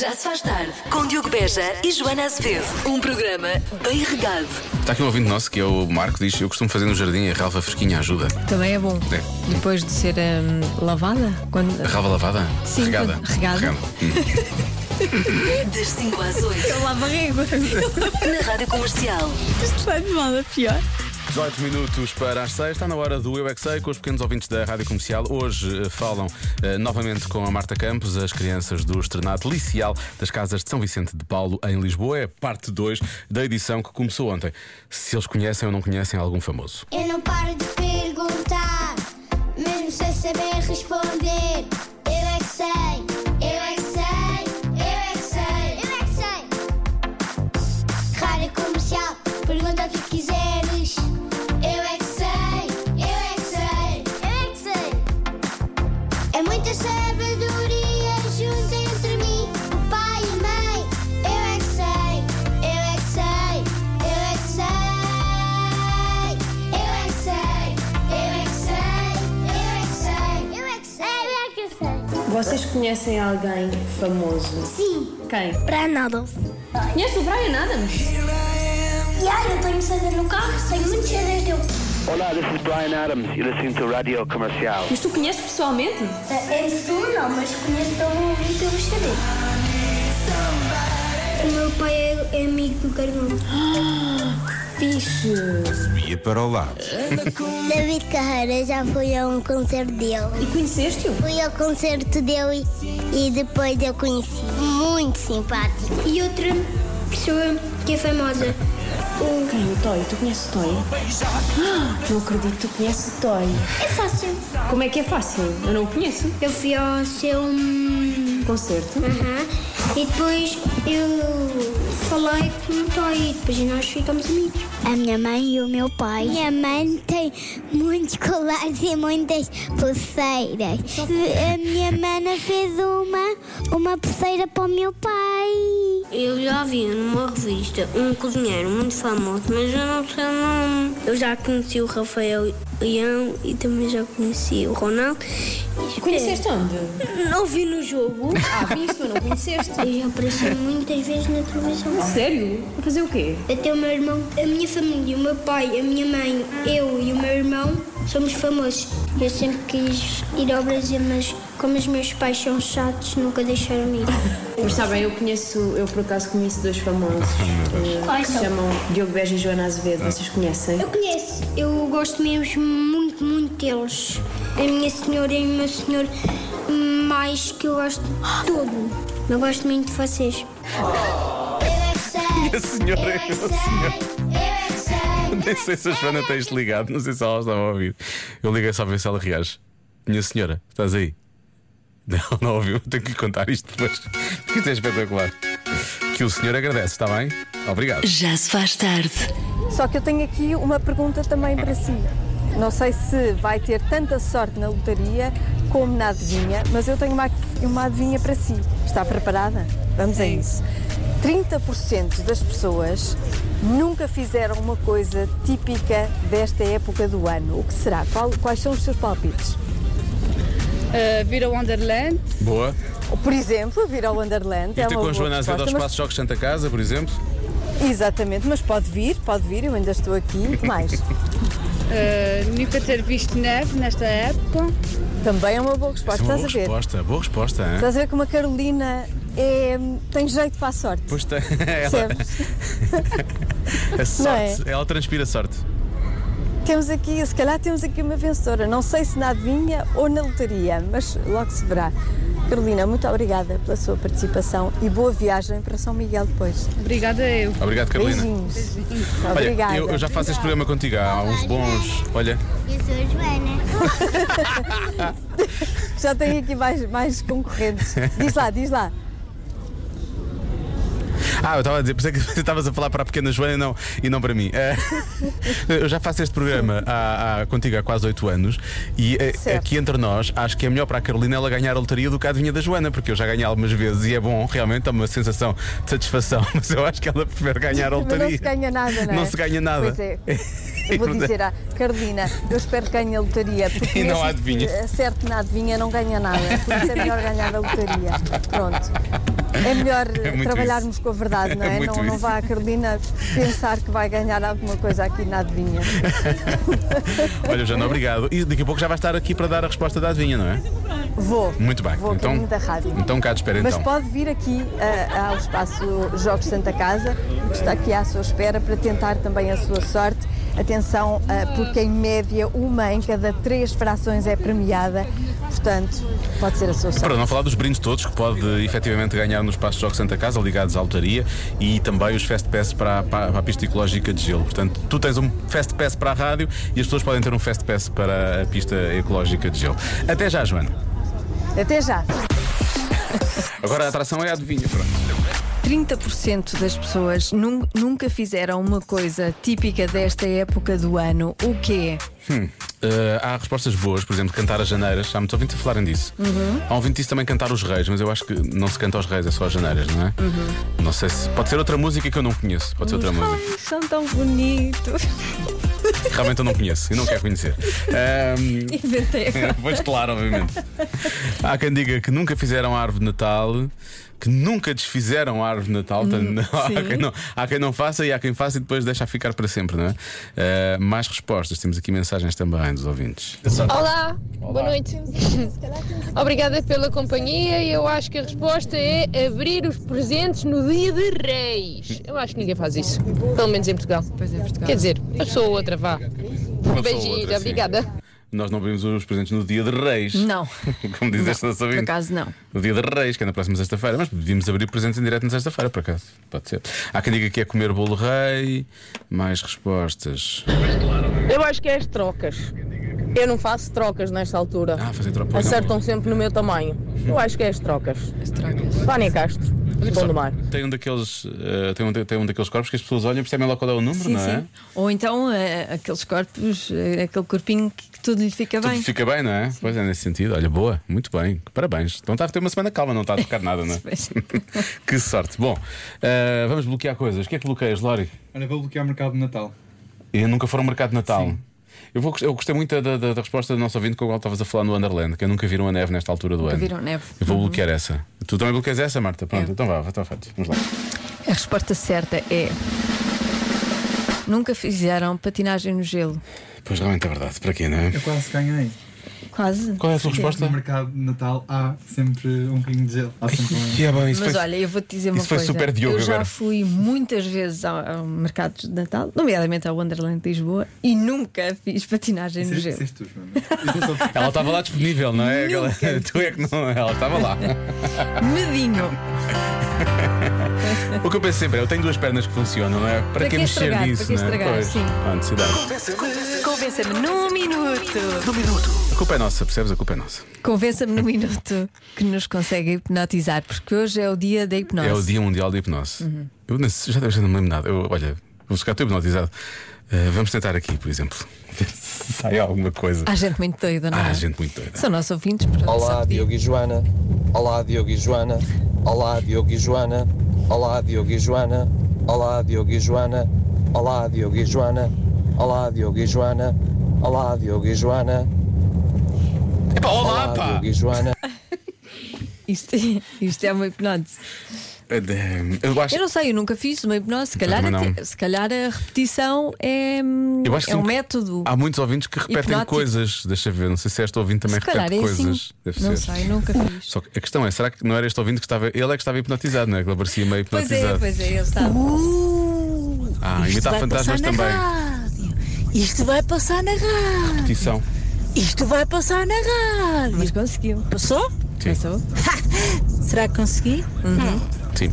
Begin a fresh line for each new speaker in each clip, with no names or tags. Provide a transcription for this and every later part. Já se faz tarde com Diogo Beja e Joana Azevedo. Um programa bem regado.
Está aqui um ouvinte nosso que é o Marco, diz: Eu costumo fazer no jardim a ralva fresquinha ajuda.
Também é bom.
É.
Depois de ser hum, lavada? Quando...
A ralva lavada?
Sim,
regada.
regada.
Hum.
Das 5 às 8
Eu lavo a régua.
na Rádio Comercial.
Isto vai de mal a pior.
18 minutos para as 6, está na hora do Eu é que Sei, com os pequenos ouvintes da Rádio Comercial. Hoje eh, falam eh, novamente com a Marta Campos, as crianças do externato licial das Casas de São Vicente de Paulo, em Lisboa. É parte 2 da edição que começou ontem. Se eles conhecem ou não conhecem algum famoso.
Eu não paro de perguntar, mesmo sem saber responder. Eu é que sei, eu é que sei, eu é que sei, eu é que sei. Rádio comercial, pergunta o que quiseres. Eu é que sei, eu é que sei, eu é que sei. É muita sabedoria junto entre mim, o pai e a mãe. Eu é que sei, eu é que sei, eu é que sei. Eu é que sei, eu é que sei, eu é que sei, eu é que sei. Eu é que sei.
Vocês conhecem alguém famoso?
Sim,
Quem?
para nada.
Conhece o Brian Adams?
E aí, eu tenho CD no carro, tenho muitos CDs dele.
Hola, this is Brian Adams. You're listening to Radio Comercial.
Mas tu conheces pessoalmente?
Em pessoa É, não, mas conheço pelo ouvir pelo CD. O meu pai é amigo do Carmelo.
Ia para o lado.
David Carreira já foi a um concerto dele.
E conheceste-o?
Fui ao concerto dele e depois eu conheci. Muito simpático. E outra pessoa que é famosa. O...
Quem? O Toy? Tu conheces o Toy? Ah, não acredito, tu conheces o Toy.
É fácil.
Como é que é fácil? Eu não o conheço.
Eu fui ao seu. hum,
Um Concerto?
Aham. E depois eu falei com o pai e depois nós ficamos amigos. A minha mãe e o meu pai. Minha mãe tem muitos colares e muitas pulseiras. A minha mana fez uma, uma pulseira para o meu pai.
Eu já vi numa revista um cozinheiro muito famoso, mas eu não sei o nome. Eu já conheci o Rafael Leão e também já conheci o Ronaldo.
Conheceste onde?
Não vi no jogo.
É. Ah, viste, mas não conheceste.
Eu já apareci muitas vezes na televisão.
Sério? Para fazer o quê?
Até o meu irmão, a minha família, o meu pai, a minha mãe, eu e o meu irmão somos famosos. Eu sempre quis ir ao Brasil, mas como os meus pais são chatos, nunca deixaram ir.
Mas sabem, eu conheço, eu por acaso conheço dois famosos eh, que se chamam Diogo Beja e Joana Azevedo. Vocês conhecem?
Eu conheço, eu gosto mesmo muito, muito deles. A minha senhora e o meu senhor, mais que eu gosto de tudo. Eu gosto muito de vocês. Eu é que sei,
A senhora é o senhor.
eu é que sei.
Nem sei se a Joana tem isto ligado, não sei se ela estava a ouvir. Eu liguei só a ver se ela reage. Minha senhora, estás aí? Não, não ouviu, tenho que lhe contar isto depois. Porque isto é espetacular. Que o senhor agradece, está bem? Obrigado.
Já se faz tarde.
Só que eu tenho aqui uma pergunta também para si. Não sei se vai ter tanta sorte na lotaria como na adivinha, mas eu tenho uma, uma adivinha para si. Está preparada? Vamos a isso. 30% das pessoas nunca fizeram uma coisa típica desta época do ano. O que será? Qual- quais são os seus palpites?
vir ao Wonderland.
Boa.
Por exemplo, vir ao Wonderland
E
é
ter
uma
com a
boa
Joana Azevedo aos
resposta, mas-
Passos Jogos Santa Casa, por exemplo.
Exatamente, mas pode vir, pode vir, eu ainda estou aqui. Que mais?
eh, nunca ter visto neve nesta época.
Também é uma boa resposta,
Isso é uma boa
estás a ver?
resposta, boa resposta, hein?
Estás a ver como a Carolina é- tem jeito para a sorte.
Pois é. tem. Ela,
Percebes?
a sorte,
Não é?
ela transpira sorte.
temos aqui, se calhar temos aqui uma vencedora. Não sei se na adivinha ou na lotaria, mas logo se verá. Carolina, muito obrigada pela sua participação e boa viagem para São Miguel depois.
Obrigada eu.
Obrigado, Carolina.
Beijinhos.
Olha,
Obrigada.
eu, eu já faço este programa contigo há uns bons. Olha,
Eu sou a Joana.
Já tenho aqui mais, mais concorrentes. Diz lá, diz lá.
Ah, eu estava a dizer, pensei que estavas a falar para a pequena Joana e não, e não para mim. Eh, eu já faço este programa há, há- contigo há quase 8 anos e eh,
Certo.
aqui entre nós acho que é melhor para a Carolina ela ganhar a lotaria do que a adivinha da Joana, porque eu já ganhei algumas vezes e é bom, realmente é uma sensação de satisfação, mas eu acho que ela prefere ganhar a
Mas
lotaria.
não se ganha nada, não é?
Não se ganha nada.
Pois é. Eu vou dizer à Carolina, eu espero que ganhe a lotaria. Porque
E não
mesmo
há adivinha.
que Acerte na adivinha, não ganha nada. Por isso é melhor ganhar a lotaria. Pronto. É melhor
É muito
trabalharmos
isso.
com a verdade, não
É
é?
muito
não, não
isso.
vá a Carolina pensar que vai ganhar alguma coisa aqui na adivinha.
Olha, Jana, obrigado. E daqui a pouco já vai estar aqui para dar a resposta da adivinha, não é?
Vou.
Muito bem.
Vou a
então,
caminho da rádio.
então cá te espera
Mas
então.
pode vir aqui ah, ao espaço Jogos Santa Casa, que está aqui à sua espera para tentar também a sua sorte. Atenção, ah, porque em média uma em cada três frações é premiada, portanto, pode ser a sua sorte.
Para não falar dos brindes todos que pode efetivamente ganhar nos passos de Jogos Santa Casa, ligados à lotaria e também os Fast Pass para, a- para a- para a pista ecológica de gelo. Portanto, tu tens um Fast Pass para a rádio e as pessoas podem ter um Fast Pass para a pista ecológica de gelo. Até já, Joana.
Até já!
Agora a atração é a adivinha. Pronto.
30% das pessoas nun- nunca fizeram uma coisa típica desta época do ano. O quê?
Eh, há respostas boas, por exemplo, cantar as janeiras. Há muitos ouvintes a falarem disso.
Uhum.
Há um ouvinte que disse também cantar os reis, mas eu acho que não se canta aos reis, é só as janeiras, não é? Não sei se. Pode ser outra música que eu não conheço. Pode ser outra música.
Ai, Uhum. são tão bonitos.
Realmente eu não conheço e não quero conhecer. Ahm,
Inventei agora.
Pois claro, obviamente. Há quem diga que nunca fizeram a árvore de Natal, que nunca desfizeram a árvore de Natal. portanto, não- há,
Hum, sim.
quem não, há quem não faça e há quem faça e depois deixa ficar para sempre, não é? Ah, mais respostas, temos aqui mensagens também dos ouvintes.
Olá, boa noite. Obrigada pela companhia. Eu acho que a resposta é abrir os presentes no dia de Reis. Eu acho que ninguém faz isso, pelo menos em Portugal.
Pois é, Portugal.
Quer dizer, eu sou outra, vá.
Uma pessoa ou
Beijinhos,
outra, sim.
obrigada.
Nós não abrimos os presentes no dia de Reis.
Não.
Como diz
Não,
esta nossa
por
ouvinte.
acaso não.
No dia de Reis, que é na próxima sexta-feira, mas devíamos abrir presentes em direto na sexta-feira, por acaso. Pode ser. Há quem diga que é comer bolo rei. Mais respostas.
Eu acho que é as trocas. Eu não faço trocas nesta altura.
Ah, fazer tropa.
Acertam sempre no meu tamanho. Eu acho que é as trocas.
As trocas.
Vânia Castro, É Bom do Mar.
Tem um daqueles, eh, tem, um, tem um daqueles corpos que as pessoas olham e percebem logo qual é o número,
Sim,
não é?
sim. Ou então eh, aqueles corpos, eh, aquele corpinho que que tudo lhe fica
Tudo
bem.
fica bem, não é? Pois é, nesse sentido. Olha, boa, muito bem. Parabéns. Então está a ter uma semana calma, não está a tocar nada, não é?
Pois.
que sorte. Bom, eh, vamos bloquear coisas. O que é que bloqueias, Lori?
Olha, vou bloquear o mercado de Natal.
Eu nunca foram ao mercado de Natal. Eu, vou, eu gostei muito da, da- da resposta do nosso ouvinte com a qual estavas a falar no Underland, que eu nunca viram a neve nesta altura do
Nunca
ano.
viram neve. Uhum.
Eu vou bloquear essa. Tu também bloqueias essa, Marta? Pronto,
Eu.
então vá, então feito. Vamos lá.
A resposta certa é. Nunca fizeram patinagem no gelo.
Pois realmente é verdade. Para quê, não é?
Eu quase ganhei.
Quase.
Qual é a tua
No
resposta?
mercado de Natal há sempre um bocadinho de gelo. Há sempre um.
Que é bem, isso
Mas
foi-
olha, eu vou-te dizer uma
isso foi
coisa.
super Diogo
eu já
agora.
fui muitas vezes ao, ao mercado de Natal, nomeadamente ao Wonderland de Lisboa, e nunca fiz patinagem no
é
Isso
gelo.
disseste tu, Joana. Isso não sou-
Ela estava lá disponível, não é? Aquela- Tu é que não. Ela estava lá.
Medinho.
o que eu penso sempre é: eu tenho duas pernas que funcionam, não é? Para,
Para
que
que
mexer
estragar,
nisso?
para que
não é?
estragar,
Pois.
sim.
Pronto, cidade.
Convença-me num minuto.
A culpa é nossa, percebes? A culpa é nossa.
Convença-me num minuto que nos consegue hipnotizar, porque hoje é o dia da hipnose.
É o Dia Mundial da Hipnose.
Uhum.
Eu não- já, já não me lembro nada. Eu, olha, vou ficar estou hipnotizado. Eh, vamos tentar aqui, por exemplo, ver se sai alguma coisa.
Há gente muito doida, não é?
Ah, gente muito doida.
São nossos ouvintes. portanto, só
Olá,
podia.
Diogo e Joana. Olá, Diogo e Joana. Olá, Diogo e Joana. Olá, Diogo e Joana. Olá, Diogo e Joana. Olá, Diogo e Joana. Olá, Diogo e Joana. Olá, Diogo e Joana.
Epá, olá,
Olá,
pá!
Diogo e Joana.
Isto, isto é uma hipnose.
Eh, eh, Eu acho
Eu não sei, eu nunca fiz uma hipnose. Se calhar,
também
até- se calhar a repetição é, hum,
Eu acho que
é um
sim. Ah,
método.
Há muitos ouvintes que repetem
Hipnótico.
coisas. Deixa ver, não sei se este ouvinte também
se calhar
repete
é
coisas.
assim.
Deve
não
ser.
sei, nunca fiz.
Só que a questão é, será que não era este ouvinte que estava. Ele é que estava hipnotizado, não é? Que ele parecia meio
Pois
hipnotizado.
é, pois é, ele está.
Ah, imitar fantasmas também.
Isto vai passar na rádio.
Repetição.
Isto vai passar na rádio.
Mas conseguiu.
Passou?
Sim.
Passou?
Será que consegui?
Sim.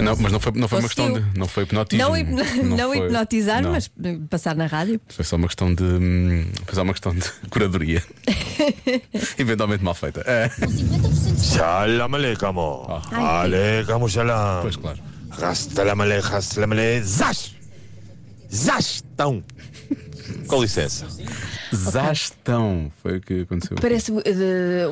Não, mas não foi, não foi uma
Conseguiu.
questão de. Não foi hipnotismo.
Não, hipno- não
foi-
hipnotizar,
não.
mas eh, passar na rádio.
Foi só uma questão de. hum, Foi só uma questão de curadoria. Eventualmente mal feita. É.
Salam aleikum.
Ah.
Aleikum salam.
Pois claro.
Rastalam aleikum, rastalam aleikum. Zas! Zastão! Com licença.
Zastão foi o que aconteceu.
Parece eh, de-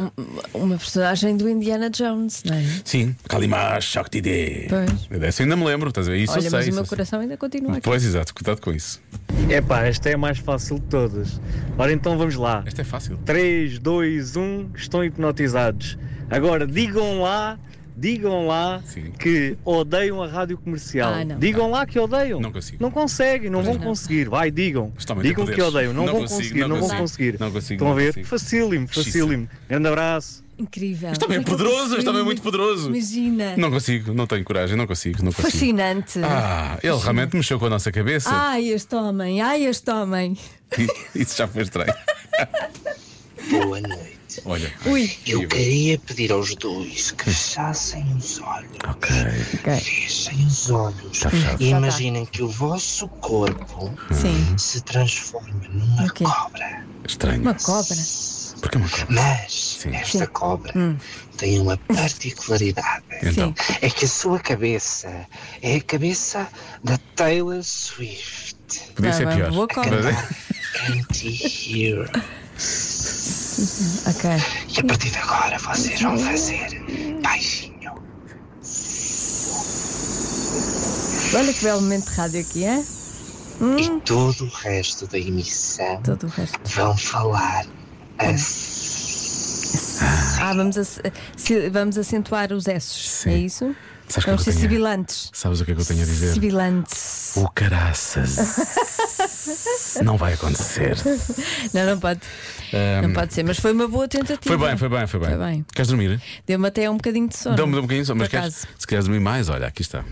um- uma personagem do Indiana Jones, não é?
Sim, Kalimá Shaktide.
Pois.
Dessa ainda me lembro, estás a ver? Isso
Olha,
eu sei.
mas o
isso
meu
eu sei.
coração ainda continua aqui.
Pois, exato, cuidado com isso.
Epá, esta é a mais fácil de todas. Ora então vamos lá.
Esta é fácil.
um,
3, 2, 1, estão hipnotizados. Agora digam lá
Digam lá que odeiam a rádio comercial.
Ah, não.
digam lá que odeiam. Não
consigo.
Não conseguem, não
Pois
vão
não.
conseguir. Vai, digam.
Totalmente
digam
a
que
poderes.
odeiam. Não,
Não
vão
consigo,
conseguir,
não
não, vão
consigo.
conseguir.
Não consigo,
Estão
não
a ver?
consigo.
Facílimo, facílimo. Grande abraço.
Incrível.
Isto também é
Como que eu
poderoso, isto
consigo?
também é muito poderoso.
assim. Imagina.
Não consigo, não tenho coragem, não consigo, não consigo.
Fascinante.
Ah, ele realmente mexeu com a nossa cabeça.
Ai, este homem, ai, este homem.
Isso já foi estranho.
Boa noite.
Olha,
Ui.
eu queria pedir aos dois
Hum.
que fechassem os olhos.
Ah.
Ok. Fechem os olhos.
Tá fechado. Já
E
tá.
imaginem que o vosso corpo se transforma numa cobra.
Estranho.
Uma cobra.
Porque é uma cobra.
Mas esta cobra
Hum.
tem uma particularidade.
Então.
É que a sua cabeça é a cabeça da Taylor Swift.
Podia
é
ser pior.
A cantar Anti-Hero.
Ok.
E a partir de agora vocês vão fazer baixinho.
Olha que belo momento de rádio aqui, é? Hum.
Todo o resto da emissão
Todo o resto.
vão falar assim.
Ah, vamos, ac- se- vamos acentuar os S's, é isso?
Sabes que
vamos ser
eu tenho-
sibilantes.
Sabes o que é que eu tenho a dizer?
Sibilantes.
O caraças. Não vai acontecer.
não, não pode. Não
Ahm,
pode ser, mas foi uma boa tentativa.
foi bem, foi bem, foi bem.
Foi bem.
Queres dormir?
Deu-me até um bocadinho de sono.
Dá-me dá um bocadinho, só, mas
Por
queres,
acaso.
se queres dormir mais, olha, aqui está.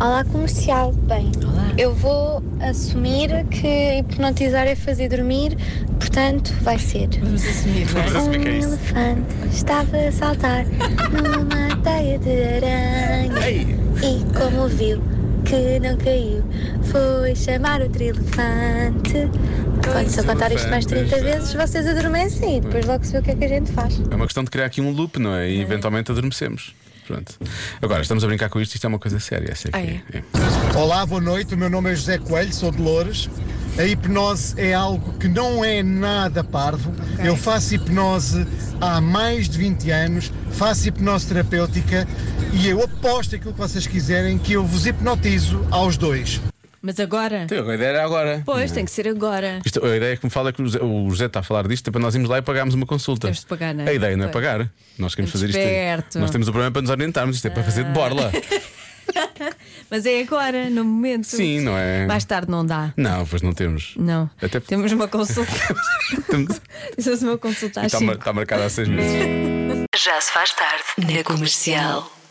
Olá, comercial. Bem, eu vou assumir que hipnotizar é fazer dormir, portanto, vai ser. Vamos assumir,
não é? Vamos assumir que é
Um
isso.
elefante estava a saltar numa teia de aranha. E como viu que não caiu, foi chamar outro elefante. Quando se eu contar isto mais 30
elefantes.
vezes, vocês adormecem e depois logo se vê o que é que a gente faz.
É uma questão de criar aqui um loop, não é? E eventualmente adormecemos. Pronto. Agora, estamos a brincar com isto, isto é uma coisa séria. Essa aqui.
Ah,
é.
Olá, boa noite. O meu nome é José Coelho, sou de Loures. A hipnose é algo que não é nada parvo. Eu faço hipnose há mais de 20 anos, faço hipnose terapêutica e eu aposto aquilo que vocês quiserem que eu vos hipnotizo aos dois.
Mas agora?
Então, A ideia era agora.
Pois, tem que ser agora.
Isto, a ideia que me fala é que o José, o José está a falar disto, é para nós irmos lá e pagarmos uma consulta.
Temos de pagar, não é?
A ideia não é
Pois.
pagar. Nós queremos fazer
Esperto. Ah.
isto. Nós temos o problema para nos orientarmos, isto é para fazer de borla.
Mas é agora, no momento.
Sim, não é?
Mais tarde não dá.
Não, pois não temos.
Não.
Até porque
Temos uma consulta. Temos uma tá consulta às
está,
cinco.
mar- está marcada há seis meses.
Já se faz tarde na comercial.